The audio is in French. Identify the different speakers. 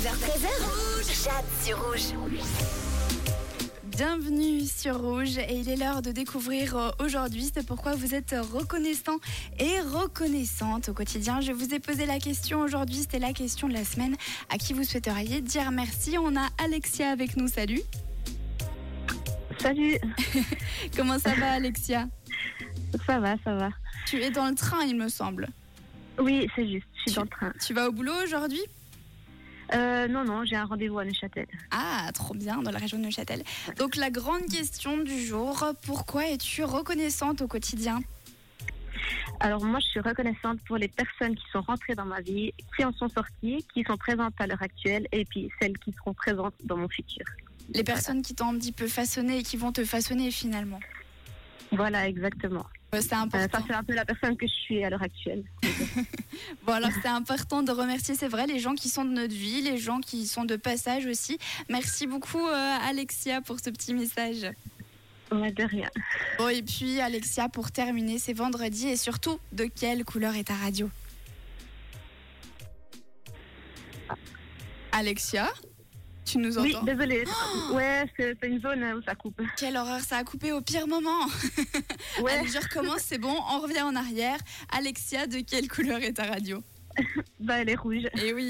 Speaker 1: 9h13h. Jade sur rouge.
Speaker 2: Bienvenue sur Rouge et il est l'heure de découvrir euh, aujourd'hui c'est pourquoi vous êtes reconnaissant et reconnaissante au quotidien. Je vous ai posé la question aujourd'hui, c'était la question de la semaine. À qui vous souhaiteriez dire merci On a Alexia avec nous, salut.
Speaker 3: Salut,
Speaker 2: Comment ça va Alexia
Speaker 3: ça va, ça va.
Speaker 2: Tu es dans le train il me semble.
Speaker 3: Oui, c'est juste, je suis dans le train.
Speaker 2: Tu vas au boulot aujourd'hui
Speaker 3: Euh, non, non, j'ai un rendez-vous à Neuchâtel.
Speaker 2: Ah, trop bien, dans la région de Neuchâtel. Donc la grande question du jour, pourquoi es-tu reconnaissante au quotidien
Speaker 3: Alors moi, je suis reconnaissante pour les personnes qui sont rentrées dans ma vie, qui en sont sorties, qui sont présentes à l'heure actuelle, et puis celles qui seront présentes dans mon futur.
Speaker 2: Les personnes qui t'ont un petit peu façonné et qui vont te façonner finalement
Speaker 3: Voilà, exactement.
Speaker 2: Euh, C'est
Speaker 3: Euh,
Speaker 2: important.
Speaker 3: ça, c'est un peu la personne que je suis à l'heure actuelle.
Speaker 2: Bon, alors c'est important de remercier, c'est vrai, les gens qui sont de notre vie, les gens qui sont de passage aussi. Merci beaucoup, euh, Alexia, pour ce petit message.
Speaker 3: Ouais, de rien.
Speaker 2: Bon, et puis, Alexia, pour terminer, c'est vendredi et surtout, de quelle couleur est ta radio Alexia Tu nous
Speaker 3: Oui,
Speaker 2: entends
Speaker 3: désolée. ouais, c'est c'est une zone où ça coupe.
Speaker 2: Quelle horreur, ça a coupé au pire moment
Speaker 3: Ouais,
Speaker 2: Allez, je recommence, c'est bon, on revient en arrière. Alexia, de quelle couleur est ta radio
Speaker 3: bah elle est rouge.
Speaker 2: Et oui